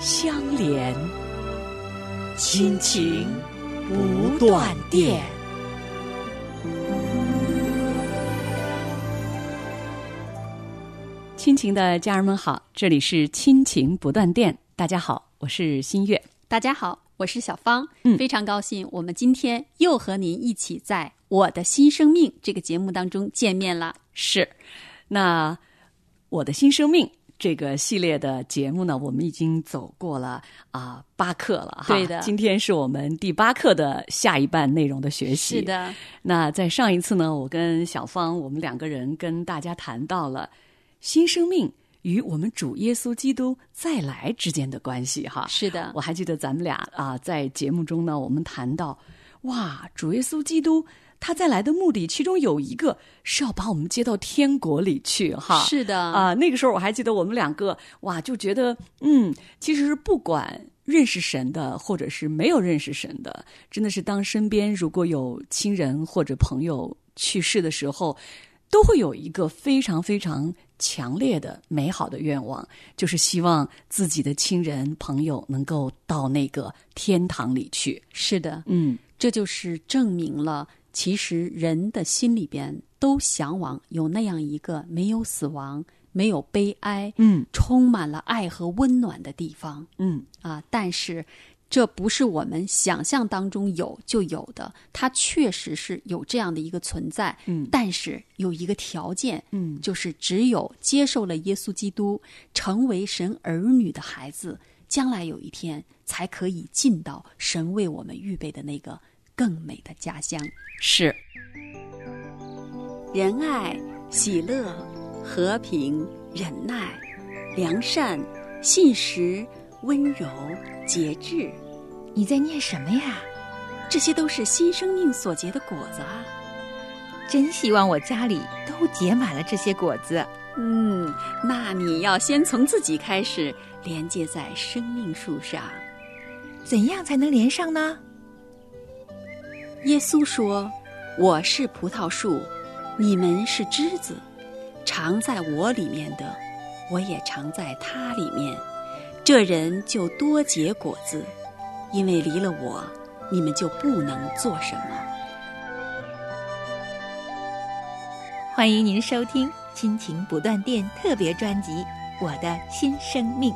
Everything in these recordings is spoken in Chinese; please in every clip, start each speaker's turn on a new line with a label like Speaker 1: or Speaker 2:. Speaker 1: 相连，亲情不断电。亲情的家人们好，这里是亲情不断电。大家好，我是新月。
Speaker 2: 大家好，我是小芳，
Speaker 1: 嗯
Speaker 2: 非常高兴我们今天又和您一起在《我的新生命》这个节目当中见面了。
Speaker 1: 是，那我的新生命这个系列的节目呢，我们已经走过了啊八、课了哈。
Speaker 2: 对的
Speaker 1: 今天是我们第八课的下一半内容的学习。
Speaker 2: 是，的，
Speaker 1: 那在上一次呢，我跟小芳，我们两个人跟大家谈到了新生命与我们主耶稣基督再来之间的关系哈。
Speaker 2: 是的
Speaker 1: 我，还记得咱们俩啊，在节目中呢，我们谈到，哇，主耶稣基督他再来的目的，其中有一个是要把我们接到天国里去，哈。
Speaker 2: 是的，
Speaker 1: 啊、那个时候我还记得我们两个哇，就觉得嗯，其实是不管认识神的，或者是没有认识神的，真的是当身边如果有亲人或者朋友去世的时候，都会有一个非常非常强烈的美好的愿望，就是希望自己的亲人朋友能够到那个天堂里去。
Speaker 2: 是的，
Speaker 1: 嗯，
Speaker 2: 这就是证明了，其实人的心里边都向往有那样一个没有死亡、没有悲哀、
Speaker 1: 嗯
Speaker 2: 充满了爱和温暖的地方。
Speaker 1: 嗯，
Speaker 2: 啊，但是这不是我们想象当中有就有的，它确实是有这样的一个存在。
Speaker 1: 嗯
Speaker 2: 但是有一个条件，
Speaker 1: 嗯
Speaker 2: 就是只有接受了耶稣基督，成为神儿女的孩子，将来有一天才可以进到神为我们预备的那个更美的家乡。
Speaker 1: 是
Speaker 2: 仁爱、喜乐、和平、忍耐、良善、信实、温柔、节制。
Speaker 3: 你在念什么呀？
Speaker 2: 这些都是新生命所结的果子啊。
Speaker 3: 真希望我家里都结满了这些果子。
Speaker 2: 嗯，那你要先从自己开始，连接在生命树上。
Speaker 3: 怎样才能连上呢？
Speaker 2: 耶稣说：“我是葡萄树，你们是枝子，常在我里面的，我也常在他里面。这人就多结果子，因为离了我，你们就不能做什么。
Speaker 3: 欢迎您收听《亲情不断电》特别专辑《我的新生命》。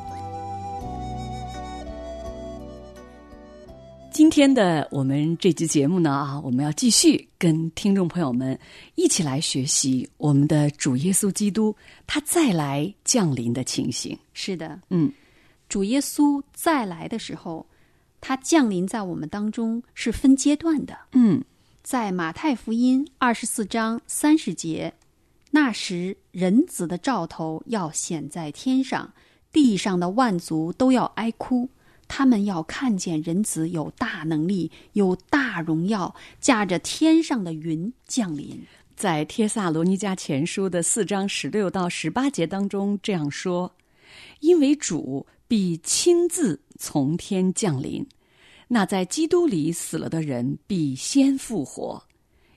Speaker 1: 今天的我们这期节目呢啊，我们要继续跟听众朋友们一起来学习我们的主耶稣基督他再来降临的情形。”
Speaker 2: 是的，
Speaker 1: 嗯，
Speaker 2: 主耶稣再来的时候，他降临在我们当中是分阶段的。
Speaker 1: 嗯，
Speaker 2: 在马太福音二十四章三十节，那时人子的兆头要显在天上，地上的万族都要哀哭。他们要看见人子有大能力，有大荣耀，驾着天上的云降临。
Speaker 1: 在帖萨罗尼迦前书的四章十六到十八节当中这样说：“因为主必亲自从天降临，那在基督里死了的人必先复活。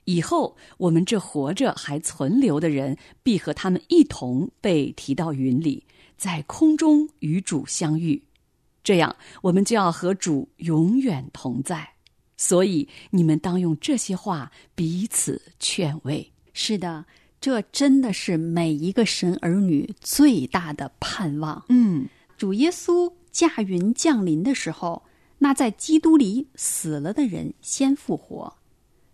Speaker 1: 以后我们这活着还存留的人，必和他们一同被提到云里，在空中与主相遇。这样，我们就要和主永远同在。”所以，你们当用这些话彼此劝慰。
Speaker 2: 是的，这真的是每一个神儿女最大的盼望。
Speaker 1: 嗯
Speaker 2: 主耶稣驾云降临的时候，那在基督里死了的人先复活，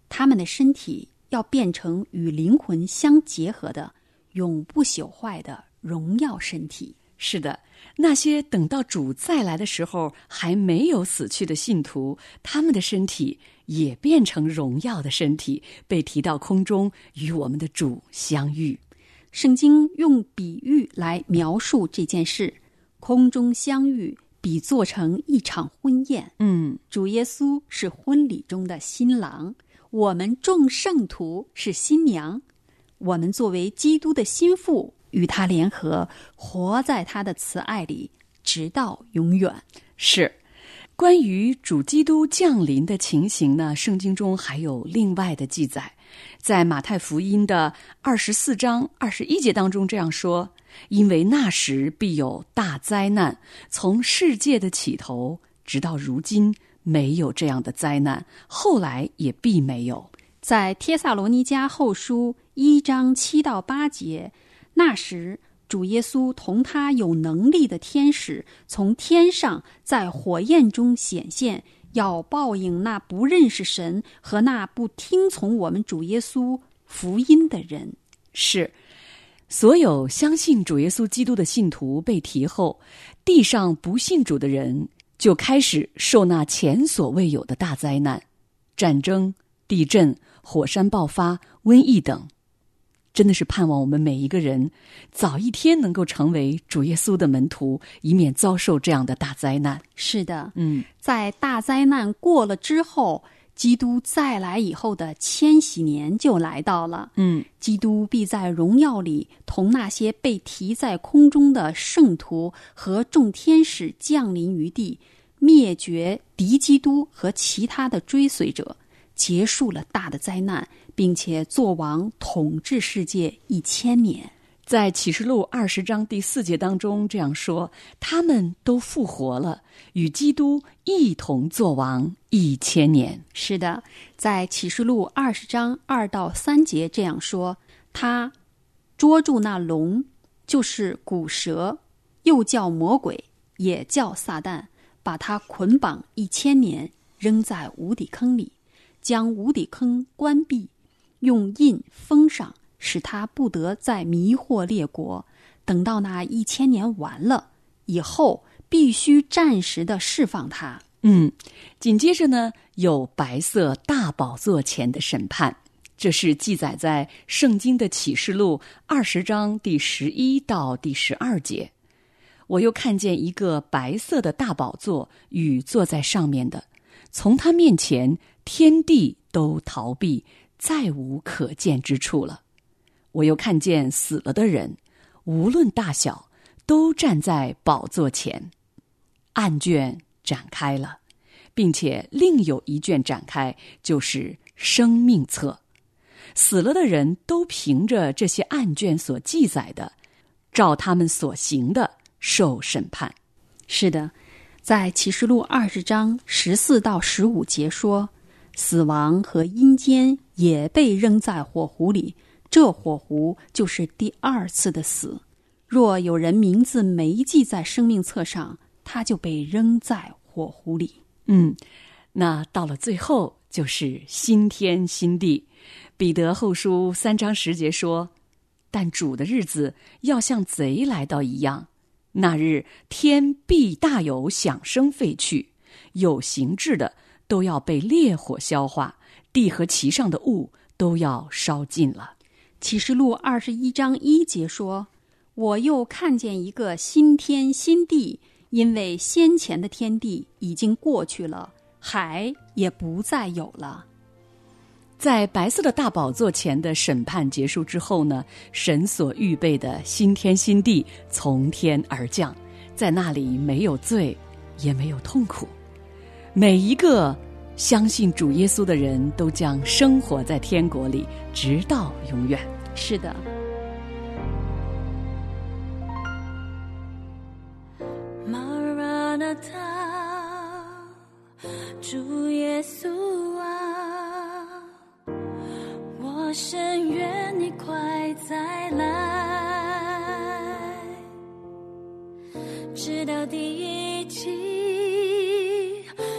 Speaker 2: 他们的身体要变成与灵魂相结合的、永不朽坏的荣耀身体。，
Speaker 1: 是的，那些等到主再来的时候还没有死去的信徒，他们的身体也变成荣耀的身体，被提到空中与我们的主相遇。
Speaker 2: 圣经用比喻来描述这件事：空中相遇，比做成一场婚宴。
Speaker 1: 嗯，
Speaker 2: 主耶稣是婚礼中的新郎，我们众圣徒是新娘。我们作为基督的心腹，与他联合，活在他的慈爱里，直到永远。
Speaker 1: 是。关于主基督降临的情形呢，圣经中还有另外的记载，在马太福音的二十四章二十一节当中这样说：“因为那时必有大灾难，从世界的起头直到如今没有这样的灾难，后来也必没有。
Speaker 2: 在帖萨罗尼迦后书一章七到八节，那时主耶稣同他有能力的天使从天上在火焰中显现，要报应那不认识神和那不听从我们主耶稣福音的人。”
Speaker 1: 是，所有相信主耶稣基督的信徒被提后，地上不信主的人就开始受那前所未有的大灾难，战争、地震、火山爆发、瘟疫等。真的是盼望我们每一个人早一天能够成为主耶稣的门徒，以免遭受这样的大灾难。
Speaker 2: 是的，
Speaker 1: 嗯，
Speaker 2: 在大灾难过了之后，基督再来以后的千禧年就来到了。
Speaker 1: 嗯，
Speaker 2: 基督必在荣耀里同那些被提在空中的圣徒和众天使降临于地，灭绝敌基督和其他的追随者，结束了大的灾难，并且作王统治世界一千年。
Speaker 1: 在启示录二十章第四节当中这样说：“他们都复活了，与基督一同作王一千年。
Speaker 2: 是的，在启示录二十章二到三节这样说：他捉住那龙，就是古蛇，又叫魔鬼，也叫撒旦，把他捆绑一千年，扔在无底坑里，将无底坑关闭，用印封上，使他不得再迷惑列国。等到那一千年完了以后，必须暂时的释放他。”
Speaker 1: 嗯，紧接着呢，有白色大宝座前的审判，这是记载在圣经的启示录二十章第十一到第十二节。我又看见一个白色的大宝座与坐在上面的，从他面前天地都逃避，再无可见之处了。我又看见死了的人，无论大小，都站在宝座前。案卷展开了，并且另有一卷展开，就是生命册。死了的人都凭着这些案卷所记载的，照他们所行的受审判。
Speaker 2: 是的，在启示录二十章十四到十五节说，死亡和阴间也被扔在火湖里，这火湖就是第二次的死。若有人名字没记在生命册上，他就被扔在火湖里。
Speaker 1: 嗯，那到了最后就是新天新地。彼得后书三章十节说：“但主的日子要像贼来到一样，那日天必大有响声废去，有形质的都要被烈火消化，地和其上的物都要烧尽了。”
Speaker 2: 启示录二十一章一节说：“我又看见一个新天新地，因为先前的天地已经过去了，海也不再有了。
Speaker 1: 在白色的大宝座前的审判结束之后呢，神所预备的新天新地从天而降，在那里没有罪，也没有痛苦。每一个相信主耶稣的人都将生活在天国里，直到永远。”
Speaker 2: 是的，
Speaker 4: Maranatha，主耶稣啊，我深愿你快再来，直到第一期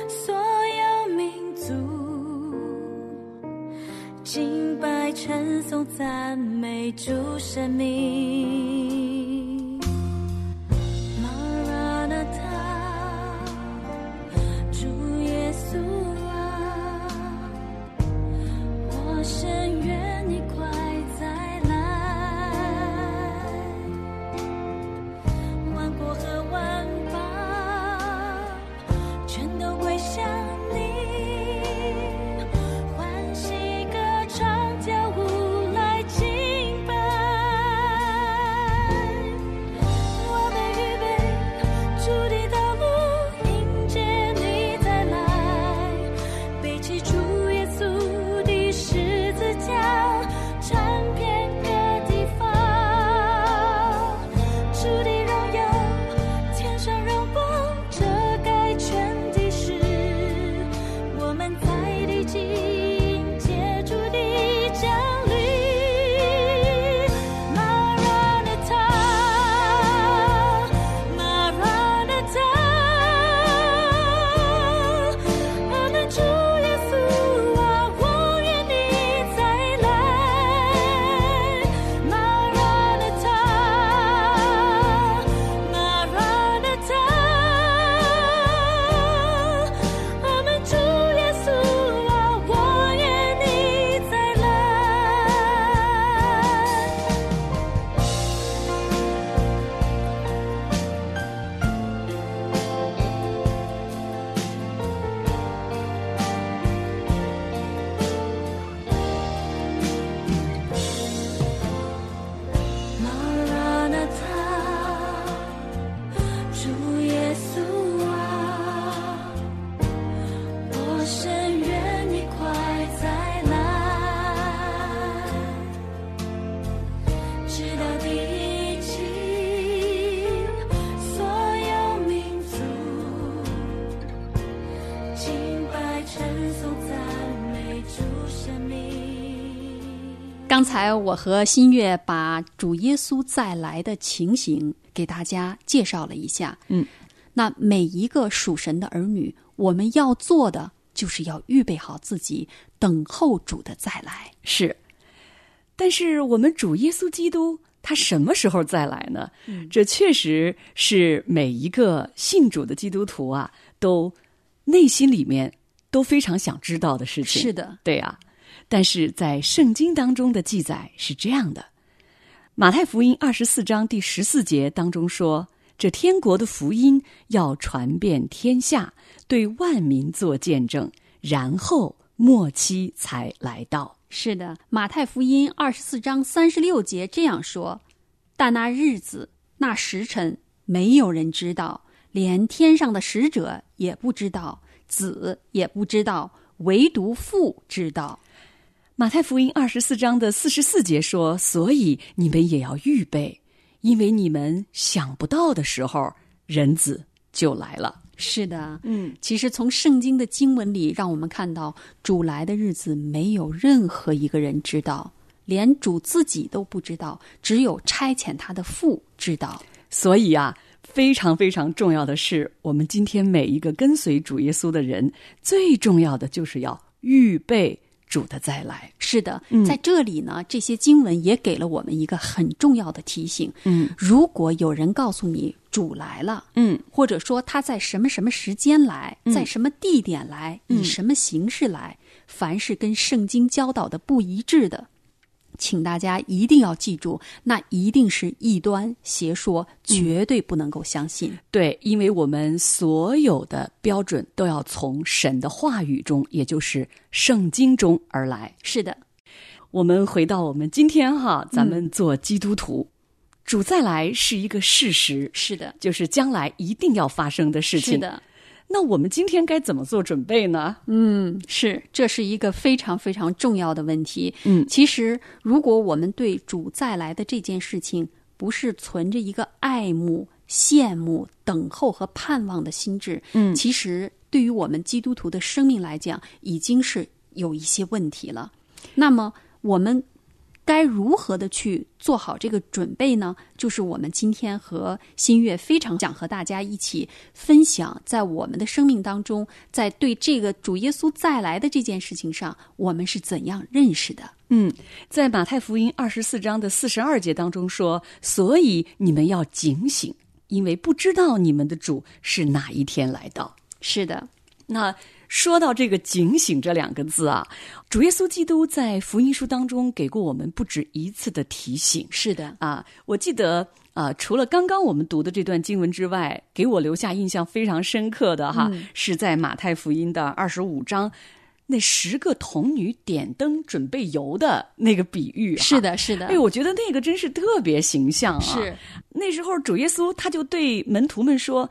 Speaker 4: 所有民族敬拜、称颂、赞美主神明。Maranatha，主耶稣啊，我深愿你快再来，万国和万邦
Speaker 2: 刚才我和新月把主耶稣再来的情形给大家介绍了一下。
Speaker 1: 嗯，
Speaker 2: 那每一个属神的儿女，我们要做的就是要预备好自己，等候主的再来。
Speaker 1: 是，但是我们主耶稣基督他什么时候再来呢？
Speaker 2: 嗯
Speaker 1: 这确实是每一个信主的基督徒啊，都内心里面都非常想知道的事情。
Speaker 2: 是的，
Speaker 1: 对啊。但是在圣经当中的记载是这样的，《马太福音》二十四章第十四节当中说：“这天国的福音要传遍天下，对万民做见证，然后末期才来到。”
Speaker 2: 是的，马太福音二十四章三十六节这样说：“但那日子、那时辰，没有人知道，连天上的使者也不知道，子也不知道，唯独父知道。
Speaker 1: 马太福音二十四章的四十四节说：“所以你们也要预备，因为你们想不到的时候，人子就来了。””
Speaker 2: 是的，
Speaker 1: 嗯，
Speaker 2: 其实从圣经的经文里，让我们看到主来的日子，没有任何一个人知道，连主自己都不知道，只有差遣他的父知道。
Speaker 1: 所以啊，非常非常重要的是，我们今天每一个跟随主耶稣的人，最重要的就是要预备主的再来。
Speaker 2: 是的，
Speaker 1: 嗯
Speaker 2: 在这里呢，这些经文也给了我们一个很重要的提醒：
Speaker 1: 嗯
Speaker 2: 如果有人告诉你主来了，
Speaker 1: 嗯，
Speaker 2: 或者说他在什么什么时间来，在什么地点来，
Speaker 1: 嗯
Speaker 2: 以什么形式来，凡是跟圣经教导的不一致的，请大家一定要记住，那一定是异端邪说，
Speaker 1: 嗯
Speaker 2: 绝对不能够相信。
Speaker 1: 对，因为我们所有的标准都要从神的话语中，也就是圣经中而来。
Speaker 2: 是的，
Speaker 1: 我们回到我们今天
Speaker 2: 嗯
Speaker 1: 哈，咱们做基督徒，主再来是一个事实，
Speaker 2: 是的，
Speaker 1: 就是将来一定要发生的事情。
Speaker 2: 是，的。
Speaker 1: 那我们今天该怎么做准备呢？
Speaker 2: 嗯，是，这是一个非常非常重要的问题。
Speaker 1: 嗯
Speaker 2: 其实如果我们对主再来的这件事情，不是存着一个爱慕、羡慕、等候和盼望的心智，
Speaker 1: 嗯
Speaker 2: 其实对于我们基督徒的生命来讲，已经是有一些问题了。那么我们该如何的去做好这个准备呢？就是我们今天和新月非常想和大家一起分享，在我们的生命当中，在对这个主耶稣再来的这件事情上，我们是怎样认识的？
Speaker 1: 嗯，在马太福音二十四章的四十二节当中说：“所以你们要警醒，因为不知道你们的主是哪一天来到。”
Speaker 2: 是的，
Speaker 1: 那说到这个“警醒”这两个字啊，主耶稣基督在福音书当中给过我们不止一次的提醒
Speaker 2: 是的，
Speaker 1: 啊。我记得啊、除了刚刚我们读的这段经文之外，给我留下印象非常深刻的哈，
Speaker 2: 嗯
Speaker 1: 是在马太福音的二十五章。那十个童女点灯准备油的那个比喻、啊，
Speaker 2: 是，的，是的，
Speaker 1: 哎，我觉得那个真是特别形象啊！
Speaker 2: 是，
Speaker 1: 那时候主耶稣他就对门徒们说：“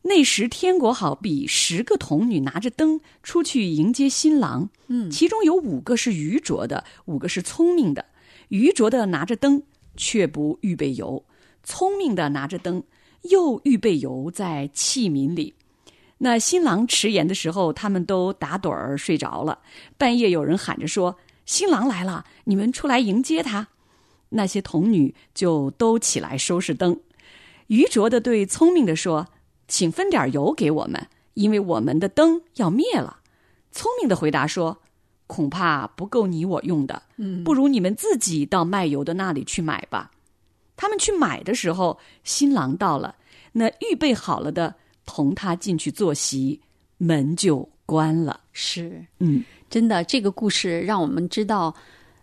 Speaker 1: 那时天国好比十个童女拿着灯出去迎接新郎，嗯，其中有五个是愚拙的，五个是聪明的。愚拙的拿着灯却不预备油，聪明的拿着灯又预备油在器皿里。”那新郎迟延的时候，他们都打盹儿睡着了。半夜有人喊着说：“新郎来了，你们出来迎接他。”那些童女就都起来收拾灯。愚拙的对聪明的说：“请分点油给我们，因为我们的灯要灭了。”聪明的回答说：“恐怕不够你我用的，不如你们自己到卖油的那里去买吧。”他们去买的时候，新郎到了，那预备好了的同他进去坐席，门就关了。
Speaker 2: 是。
Speaker 1: 嗯，
Speaker 2: 真的，这个故事让我们知道，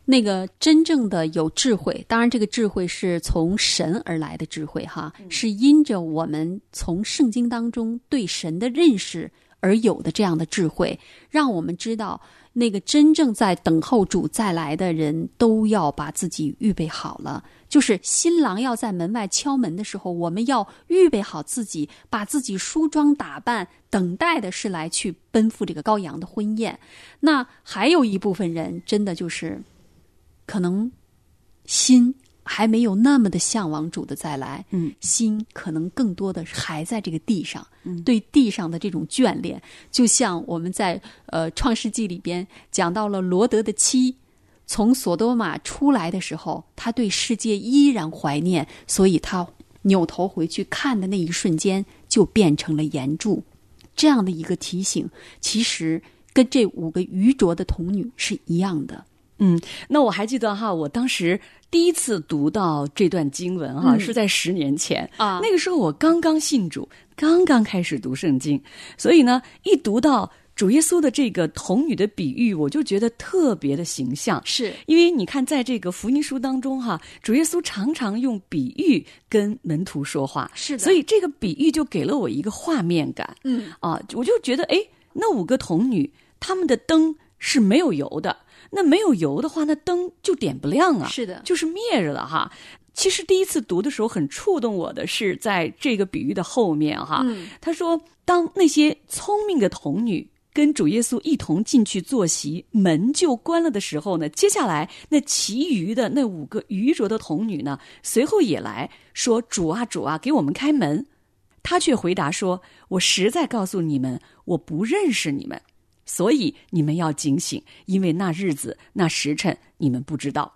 Speaker 2: 那个真正的有智慧，当然这个智慧是从神而来的智慧哈，是因着我们从圣经当中对神的认识而有的这样的智慧，让我们知道那个真正在等候主再来的人都要把自己预备好了。就是新郎要在门外敲门的时候，我们要预备好自己，把自己梳妆打扮，等待的是来去奔赴这个羔羊的婚宴。那还有一部分人真的就是，可能心还没有那么的向往主的再来，
Speaker 1: 嗯，
Speaker 2: 心可能更多的还在这个地上，嗯，对地上的这种眷恋，就像我们在呃《创世纪》里边讲到了罗德的妻。从索多玛出来的时候，他对世界依然怀念，所以他扭头回去看的那一瞬间，就变成了岩柱。这样的一个提醒，其实跟这五个愚拙的童女是一样的。
Speaker 1: 嗯那我还记得哈，我当时第一次读到这段经文哈，
Speaker 2: 嗯
Speaker 1: 是在十年前
Speaker 2: 啊
Speaker 1: 那个时候我刚刚信主，刚刚开始读圣经，所以呢，一读到主耶稣的这个童女的比喻，我就觉得特别的形象。
Speaker 2: 是
Speaker 1: 因为你看，在这个福音书当中哈，主耶稣常常用比喻跟门徒说话，
Speaker 2: 是的
Speaker 1: 所以这个比喻就给了我一个画面感。
Speaker 2: 嗯，
Speaker 1: 啊，我就觉得，哎，那五个童女，她们的灯是没有油的，那没有油的话，那灯就点不亮啊，
Speaker 2: 是的
Speaker 1: 就是灭着了哈。其实第一次读的时候，很触动我的是在这个比喻的后面哈，
Speaker 2: 嗯
Speaker 1: 他说，当那些聪明的童女。跟主耶稣一同进去坐席，门就关了的时候呢，接下来那其余的那五个愚拙的童女呢，随后也来说：“主啊，主啊，给我们开门。”他却回答说：“我实在告诉你们，我不认识你们，所以你们要警醒，因为那日子、那时辰你们不知道。”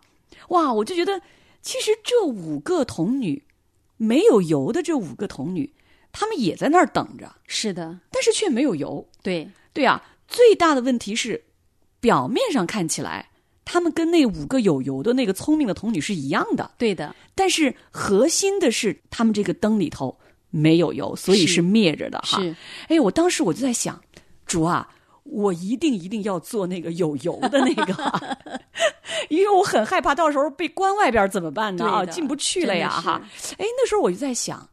Speaker 1: 哇，我就觉得，其实这五个童女，没有油的这五个童女，她们也在那儿等着，
Speaker 2: 是的，
Speaker 1: 但是却没有油。
Speaker 2: 对，
Speaker 1: 对啊，最大的问题是，表面上看起来，她们跟那五个有油的那个聪明的童女是一样的，
Speaker 2: 对的，
Speaker 1: 但是核心的是，他们这个灯里头没有油，所以
Speaker 2: 是
Speaker 1: 是灭着的哈。
Speaker 2: 是
Speaker 1: 哎，我当时我就在想，主啊，我一定一定要做那个有油的那个 哈，因为我很害怕到时候被关外边儿怎么办呢？
Speaker 2: 对的
Speaker 1: 啊，进不去了呀
Speaker 2: 真的是
Speaker 1: 哈。哎，那时候我就在想，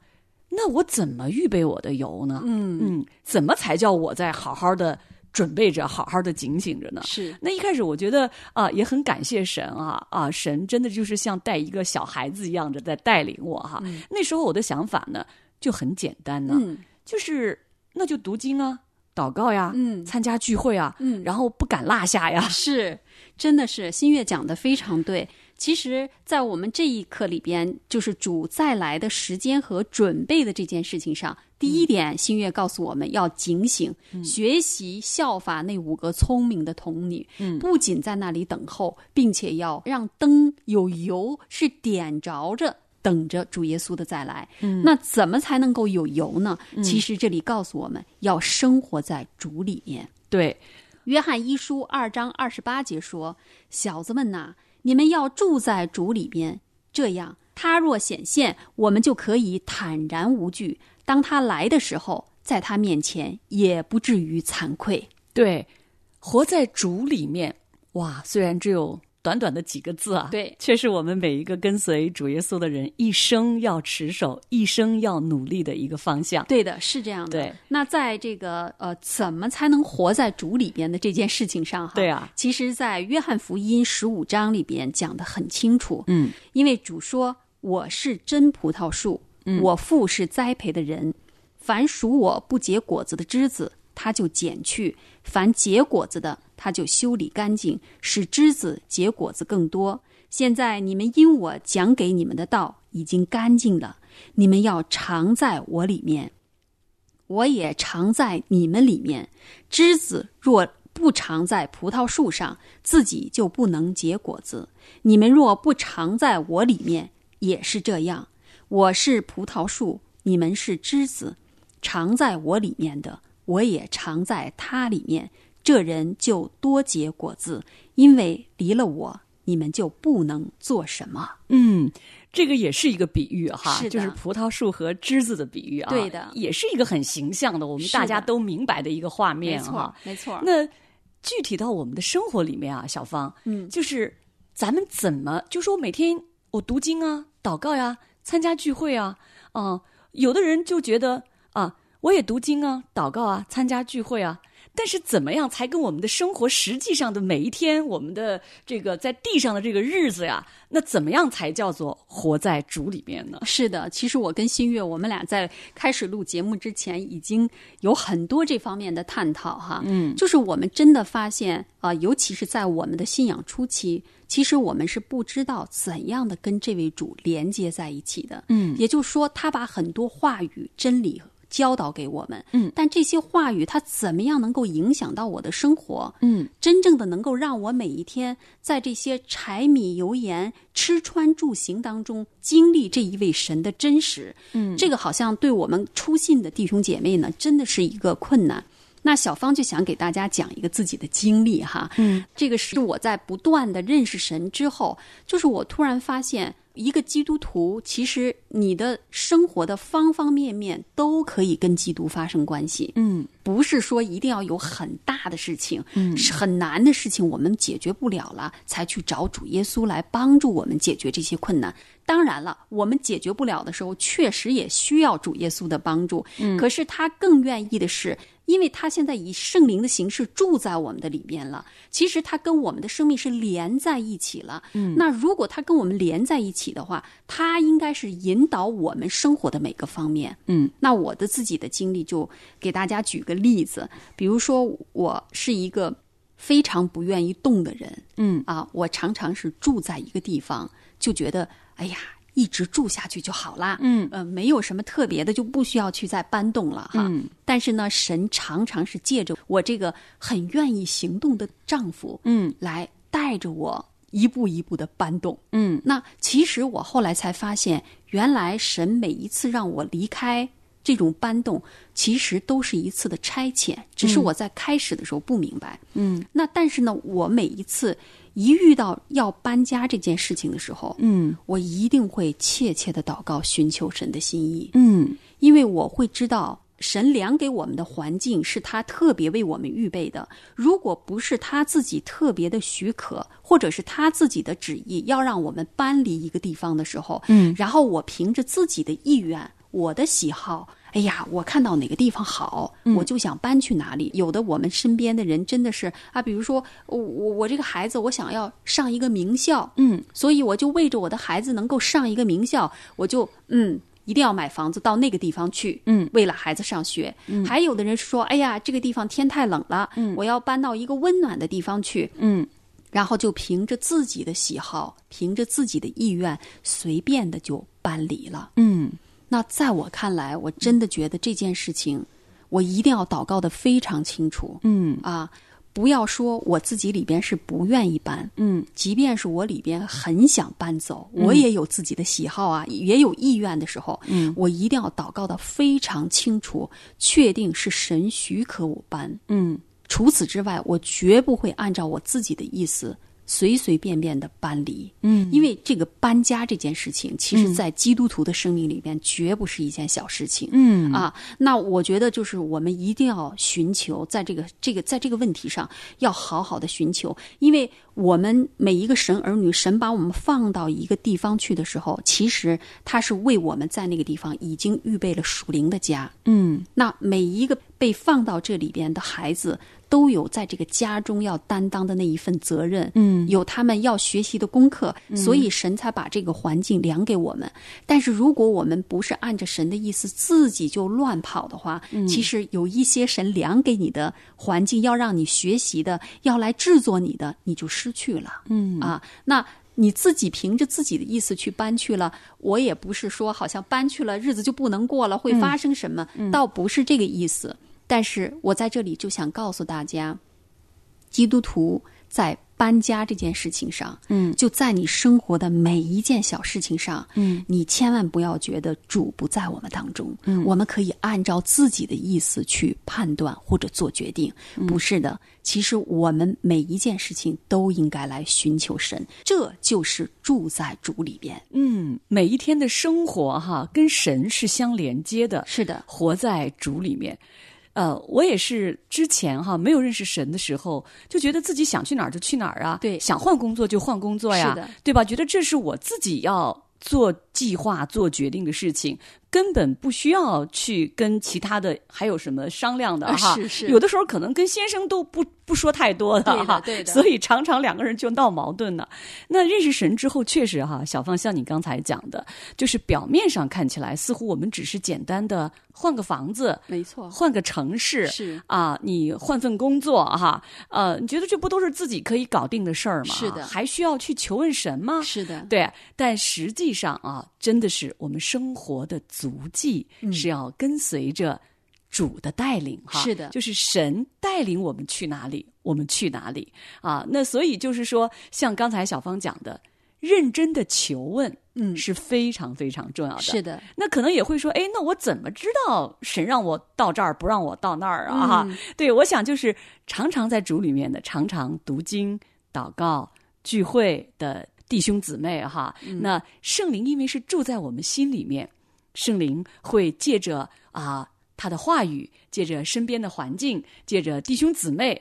Speaker 1: 那我怎么预备我的油呢？
Speaker 2: 嗯，
Speaker 1: 嗯，怎么才叫我在好好的准备着，好好的警醒着呢？
Speaker 2: 是
Speaker 1: 那一开始我觉得啊、也很感谢神啊啊，神真的就是像带一个小孩子一样的在带领我哈、那时候我的想法呢就很简单呢、
Speaker 2: 嗯
Speaker 1: 就是那就读经啊，祷告呀，
Speaker 2: 嗯
Speaker 1: 参加聚会啊，
Speaker 2: 嗯
Speaker 1: 然后不敢落下呀。
Speaker 2: 是，真的是新月讲的非常对。其实，在我们这一课里边，就是主再来的时间和准备的这件事情上，第
Speaker 1: 嗯
Speaker 2: 一点，新月告诉我们要警醒，学习效法那五个聪明的童女，
Speaker 1: 嗯
Speaker 2: 不仅在那里等候，并且要让灯有油是点着着。等着主耶稣的再来，
Speaker 1: 嗯
Speaker 2: 那怎么才能够有油呢？其实这里告诉我们要生活在主里面。
Speaker 1: 对，
Speaker 2: 约翰一书二章二十八节说：“小子们呐、你们要住在主里边，这样他若显现，我们就可以坦然无惧；当他来的时候，在他面前也不至于惭愧。
Speaker 1: 对，活在主里面，哇，虽然只有短短的几个字啊，
Speaker 2: 对
Speaker 1: 却是我们每一个跟随主耶稣的人一生要持守、一生要努力的一个方向”。
Speaker 2: 对的，是这样的。
Speaker 1: 对，
Speaker 2: 那在这个呃，怎么才能活在主里边的这件事情上，哈，
Speaker 1: 对啊，
Speaker 2: 其实，在约翰福音十五章里边讲的很清楚。
Speaker 1: 嗯，
Speaker 2: 因为主说：“我是真葡萄树，
Speaker 1: 嗯
Speaker 2: 我父是栽培的人。凡属我不结果子的枝子，他就剪去；凡结果子的，他就修理干净，使枝子结果子更多。现在你们因我讲给你们的道已经干净了，你们要常在我里面，我也常在你们里面。枝子若不常在葡萄树上，自己就不能结果子。你们若不常在我里面，也是这样。我是葡萄树，你们是枝子，常在我里面的，我也常在他里面。这人就多结果子，因为离了我，你们就不能做什么。
Speaker 1: 嗯，这个也是一个比喻哈，
Speaker 2: 是的
Speaker 1: 就是葡萄树和枝子的比喻啊，
Speaker 2: 对的
Speaker 1: 也是一个很形象的，我们
Speaker 2: 是的
Speaker 1: 大家都明白的一个画面哈。，
Speaker 2: 没错
Speaker 1: 那具体到我们的生活里面啊，小芳，
Speaker 2: 嗯，
Speaker 1: 就是咱们怎么，就说每天我读经啊、祷告呀、参加聚会啊，啊、有的人就觉得啊，我也读经啊、祷告啊、参加聚会啊。但是怎么样才跟我们的生活实际上的每一天，我们的这个在地上的这个日子呀，那怎么样才叫做活在主里面呢？
Speaker 2: 是的，其实我跟新月，我们俩在开始录节目之前，已经有很多这方面的探讨哈。嗯，就是我们真的发现啊、尤其是在我们的信仰初期，其实我们是不知道怎样的跟这位主连接在一起的。嗯，也就是说，他把很多话语、真理。教导给我们。
Speaker 1: 嗯
Speaker 2: 但这些话语它怎么样能够影响到我的生活？
Speaker 1: 嗯
Speaker 2: 真正的能够让我每一天在这些柴米油盐、吃穿住行当中经历这一位神的真实，
Speaker 1: 嗯
Speaker 2: 这个好像对我们出信的弟兄姐妹呢，真的是一个困难。那小芳就想给大家讲一个自己的经历哈，
Speaker 1: 嗯，
Speaker 2: 这个是我在不断的认识神之后，就是我突然发现，一个基督徒其实你的生活的方方面面都可以跟基督发生关系，
Speaker 1: 嗯
Speaker 2: 不是说一定要有很大的事情，是很难的事情，我们解决不了了，才去找主耶稣来帮助我们解决这些困难。当然了，我们解决不了的时候，确实也需要主耶稣的帮助。可是他更愿意的是，因为他现在以圣灵的形式住在我们的里面了，其实他跟我们的生命是连在一起了。那如果他跟我们连在一起的话，他应该是引导我们生活的每个方面。
Speaker 1: 嗯
Speaker 2: 那我的自己的经历就给大家举个例子，比如说我是一个非常不愿意动的人
Speaker 1: 嗯
Speaker 2: 啊，我常常是住在一个地方，就觉得哎呀，一直住下去就好啦，
Speaker 1: 嗯
Speaker 2: 呃，没有什么特别的，就不需要去再搬动了哈。
Speaker 1: 嗯
Speaker 2: 但是呢，神常常是借着我这个很愿意行动的丈夫，
Speaker 1: 嗯
Speaker 2: 来带着我一步一步的搬动。
Speaker 1: 嗯
Speaker 2: 那其实我后来才发现，原来神每一次让我离开这种搬动，其实都是一次的差遣，只是我在开始的时候不明白。
Speaker 1: 嗯
Speaker 2: 那但是呢，我每一次一遇到要搬家这件事情的时候，
Speaker 1: 嗯
Speaker 2: 我一定会切切的祷告，寻求神的心意。
Speaker 1: 嗯
Speaker 2: 因为我会知道神量给我们的环境是他特别为我们预备的。如果不是他自己特别的许可，或者是他自己的旨意要让我们搬离一个地方的时候，
Speaker 1: 嗯
Speaker 2: 然后我凭着自己的意愿、我的喜好，哎呀，我看到哪个地方好，我就想搬去哪里。有的我们身边的人真的是啊，比如说我我我这个孩子，我想要上一个名校，
Speaker 1: 嗯，
Speaker 2: 所以我就为着我的孩子能够上一个名校，我就嗯。一定要买房子到那个地方去，
Speaker 1: 嗯，
Speaker 2: 为了孩子上学。嗯，还有的人说，哎呀，这个地方天太冷了，嗯，我要搬到一个温暖的地方去，
Speaker 1: 嗯
Speaker 2: 然后就凭着自己的喜好，凭着自己的意愿，随便的就搬离了。
Speaker 1: 嗯
Speaker 2: 那在我看来，我真的觉得这件事情，我一定要祷告的非常清楚
Speaker 1: 嗯
Speaker 2: 啊，不要说我自己里边是不愿意搬，
Speaker 1: 嗯
Speaker 2: 即便是我里边很想搬走，我也有自己的喜好啊，也有意愿的时候，
Speaker 1: 嗯
Speaker 2: 我一定要祷告的非常清楚，确定是神许可我搬。
Speaker 1: 嗯
Speaker 2: 除此之外，我绝不会按照我自己的意思随随便便的搬离，
Speaker 1: 嗯
Speaker 2: 因为这个搬家这件事情，其实在基督徒的生命里边，绝不是一件小事情。
Speaker 1: 嗯
Speaker 2: 啊，那我觉得就是我们一定要寻求，在这个这个在这个问题上要好好的寻求，因为我们每一个神儿女，神把我们放到一个地方去的时候，其实他是为我们在那个地方已经预备了属灵的家。
Speaker 1: 嗯
Speaker 2: 那每一个被放到这里边的孩子，都有在这个家中要担当的那一份责任，
Speaker 1: 嗯
Speaker 2: 有他们要学习的功课，所以神才把这个环境量给我们。但是如果我们不是按着神的意思自己就乱跑的话，其实有一些神量给你的环境，要让你学习的，要来制作你的，你就失去了。
Speaker 1: 嗯
Speaker 2: 啊，那你自己凭着自己的意思去搬去了，我也不是说好像搬去了日子就不能过了，会
Speaker 1: 嗯
Speaker 2: 发生什么，倒不是这个意思。但是我在这里就想告诉大家，基督徒在搬家这件事情上，
Speaker 1: 嗯，
Speaker 2: 就在你生活的每一件小事情上，
Speaker 1: 嗯，
Speaker 2: 你千万不要觉得主不在我们当中，嗯，我们可以按照自己的意思去判断或者做决定，
Speaker 1: 嗯
Speaker 2: 不是的。其实我们每一件事情都应该来寻求神，这就是住在主里边。
Speaker 1: 嗯，每一天的生活哈，跟神是相连接的。
Speaker 2: 是的，
Speaker 1: 活在主里面。呃，我也是之前哈没有认识神的时候，就觉得自己想去哪儿就去哪儿啊，
Speaker 2: 对
Speaker 1: 想换工作就换工作呀，
Speaker 2: 是的
Speaker 1: 对吧？觉得这是我自己要做计划、做决定的事情，根本不需要去跟其他的还有什么商量的
Speaker 2: 啊
Speaker 1: 哈。
Speaker 2: 是是
Speaker 1: 有的时候可能跟先生都不不说太多
Speaker 2: 对的
Speaker 1: 啊哈，
Speaker 2: 对的
Speaker 1: 所以常常两个人就闹矛盾了。那认识神之后，确实哈，小芳像你刚才讲的，就是表面上看起来似乎我们只是简单的换个房子、
Speaker 2: 没错
Speaker 1: 换个城市
Speaker 2: 哦是
Speaker 1: 啊，你换份工作哈，呃，你觉得这不都是自己可以搞定的事儿吗？
Speaker 2: 是的
Speaker 1: 还需要去求问神吗？
Speaker 2: 是的，
Speaker 1: 对，但实际上啊，到，真的是我们生活的足迹、
Speaker 2: 嗯
Speaker 1: 是要跟随着主的带领哈。
Speaker 2: 是的
Speaker 1: 就是神带领我们去哪里，我们去哪里啊。那所以就是说，像刚才小芳讲的，认真的求问，
Speaker 2: 嗯
Speaker 1: 是非常非常重要的。
Speaker 2: 是的，
Speaker 1: 那可能也会说，哎，那我怎么知道神让我到这儿，不让我到那儿啊？哈、
Speaker 2: 嗯
Speaker 1: 对，我想就是常常在主里面的，常常读经、祷告、聚会的弟兄姊妹哈、那圣灵因为是住在我们心里面，圣灵会借着啊、他的话语，借着身边的环境，借着弟兄姊妹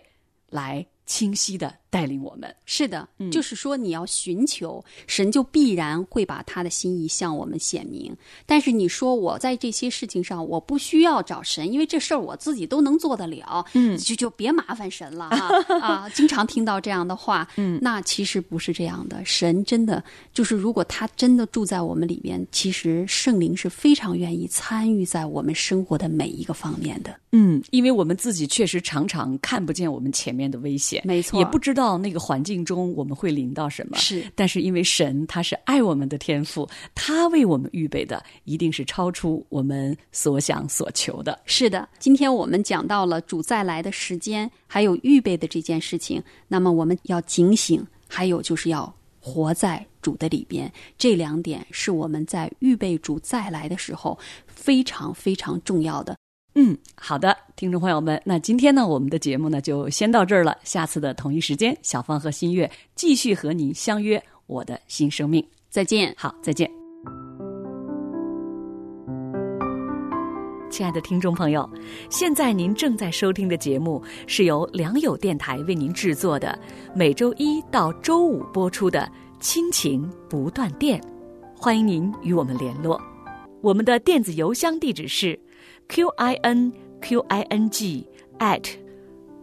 Speaker 1: 来清晰的带领我们。
Speaker 2: 是的，就是说你要寻求神，就必然会把他的心意向我们显明。但是你说我在这些事情上，我不需要找神，因为这事儿我自己都能做得了，嗯，就就别麻烦神 了哈啊！经常听到这样的话，嗯，那其实不是这样的。神真的就是，如果他真的住在我们里面，其实圣灵是非常愿意参与在我们生活的每一个方面的。
Speaker 1: 嗯，因为我们自己确实常常看不见我们前面的危险，
Speaker 2: 没错
Speaker 1: 也不知道那个环境中我们会临到什么。
Speaker 2: 是
Speaker 1: 但是因为神他是爱我们的天赋，他为我们预备的一定是超出我们所想所求的。
Speaker 2: 是的，今天我们讲到了主再来的时间，还有预备的这件事情。那么我们要警醒，还有就是要活在主的里边。这两点是我们在预备主再来的时候非常非常重要的。
Speaker 1: 嗯，好的，听众朋友们，那今天呢，我们的节目呢就先到这儿了。下次的同一时间，小芳和新月继续和您相约我的新生命。
Speaker 2: 再见。
Speaker 1: 好，再见。亲爱的听众朋友，现在您正在收听的节目是由良友电台为您制作的，每周一到周五播出的《亲情不断电》，欢迎您与我们联络。我们的电子邮箱地址是 q i n q i n g at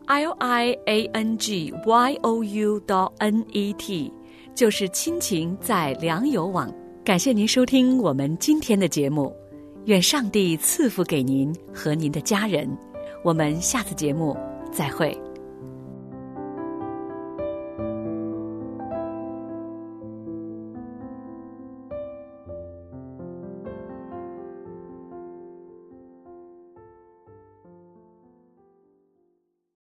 Speaker 1: l i a n g y o u dot n e t，就是亲情在良友网。感谢您收听我们今天的节目，愿上帝赐福给您和您的家人。我们下次节目再会。